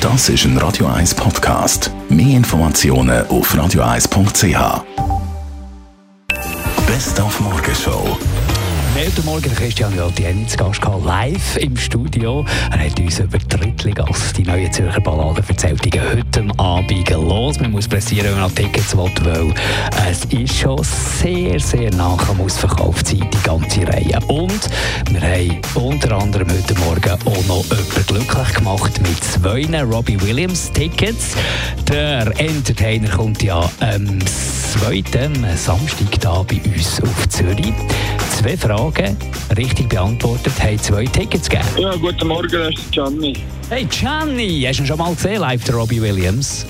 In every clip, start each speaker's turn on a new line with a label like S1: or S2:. S1: Das ist ein Radio 1 Podcast. Mehr Informationen auf radio1.ch. Best auf Morgenshow.
S2: Heute Morgen Christian Galtieni zu Gast gehabt, live im Studio. Er hat uns über die Drittligas, die neue Zürcher Ballade erzählt, die gehen heute Abend los. Man muss pressieren, wenn man Tickets will, weil es ist schon sehr, sehr nah am Ausverkauf sein, die ganze Reihe. Und wir haben unter anderem heute Morgen auch noch jemanden glücklich gemacht mit zwei Robbie Williams Tickets. Der Entertainer kommt ja am zweiten Samstag da bei uns auf Zürich. Zwei Fragen richtig beantwortet, haben zwei Tickets gegeben.
S3: Ja, guten Morgen, das ist Gianni.
S2: Hey Gianni, hast du ihn schon mal gesehen live, der Robbie Williams?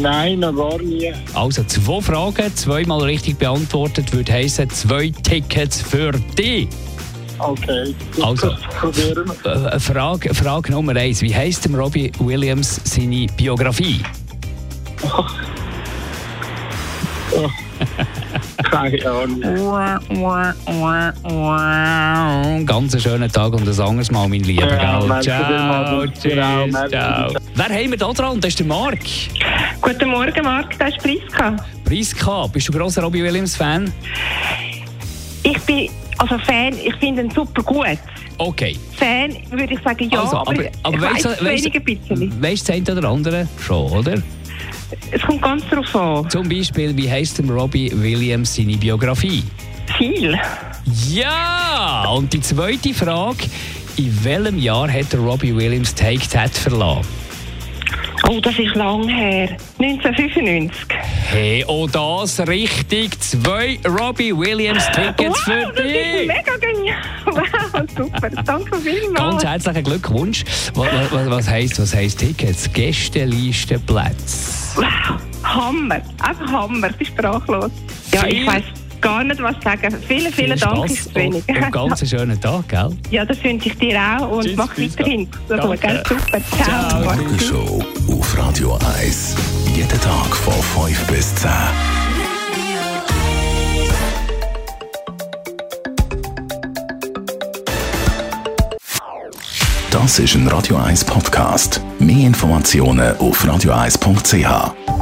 S3: Nein, noch gar nie.
S2: Also zwei Fragen, zweimal richtig beantwortet, würde heißen zwei Tickets für dich.
S3: Okay.
S2: Also.
S3: Probieren wir.
S2: Äh, Frage, Frage Nummer eins: Wie heißt dem Robbie Williams seine Biografie?
S3: Keine Ahnung.
S2: Ganz einen schönen Tag und ein anderes Mal, mein Lieber.
S3: Ja,
S2: gell?
S3: merci
S2: ciao,
S3: vielmals.
S2: tschüss,
S3: Genau, merci.
S2: ciao. Wer haben wir da dran? Das ist der Marc.
S4: Guten Morgen, Marc, das ist Priska.
S2: Priska, bist du großer Robbie Williams-Fan?
S4: Ich bin also Fan, ich finde ihn super gut.
S2: Okay.
S4: Fan würde ich sagen, ja,
S2: also, aber, aber
S4: ich
S2: weißt
S4: weiss
S2: du,
S4: es
S2: weißt
S4: weniger bisschen.
S2: du, weißt du, das eine oder andere schon, oder?
S4: Es kommt ganz darauf an.
S2: Zum Beispiel, wie heißt dem Robbie Williams seine Biografie?
S4: Viel.
S2: Ja! Und die zweite Frage: In welchem Jahr hat der Robbie Williams Take That verlassen?
S4: Oh, das ist lang her. 1995.
S2: Hey, oh, das richtig. Zwei Robbie Williams Tickets
S4: wow,
S2: für
S4: das ist
S2: dich!
S4: mega genial. Wow, super. Danke vielmals.
S2: Ganz herzlichen Glückwunsch. Was, was, was heisst was heisst Tickets? Gästeliste Platz.
S4: Wow, Hammer. Einfach Hammer. Ich bin sprachlos. Ja,
S2: Viel-
S4: ich weiss gar nicht, was sagen. Vielen, vielen
S2: Viel
S4: Dank.
S2: Spass
S4: Ist zu
S2: und,
S4: wenig.
S2: und einen ganz schönen Tag, gell?
S4: Ja, das wünsche ich dir auch und
S2: Tschüss,
S4: mach
S2: Priska.
S4: weiterhin. So,
S2: Danke.
S4: gell? Super.
S2: Ciao.
S4: Ciao.
S1: Morgenshow auf Radio 1. Jeden Tag von 5 bis 10. Das ist ein Radio 1 Podcast. Mehr Informationen auf radio1.ch.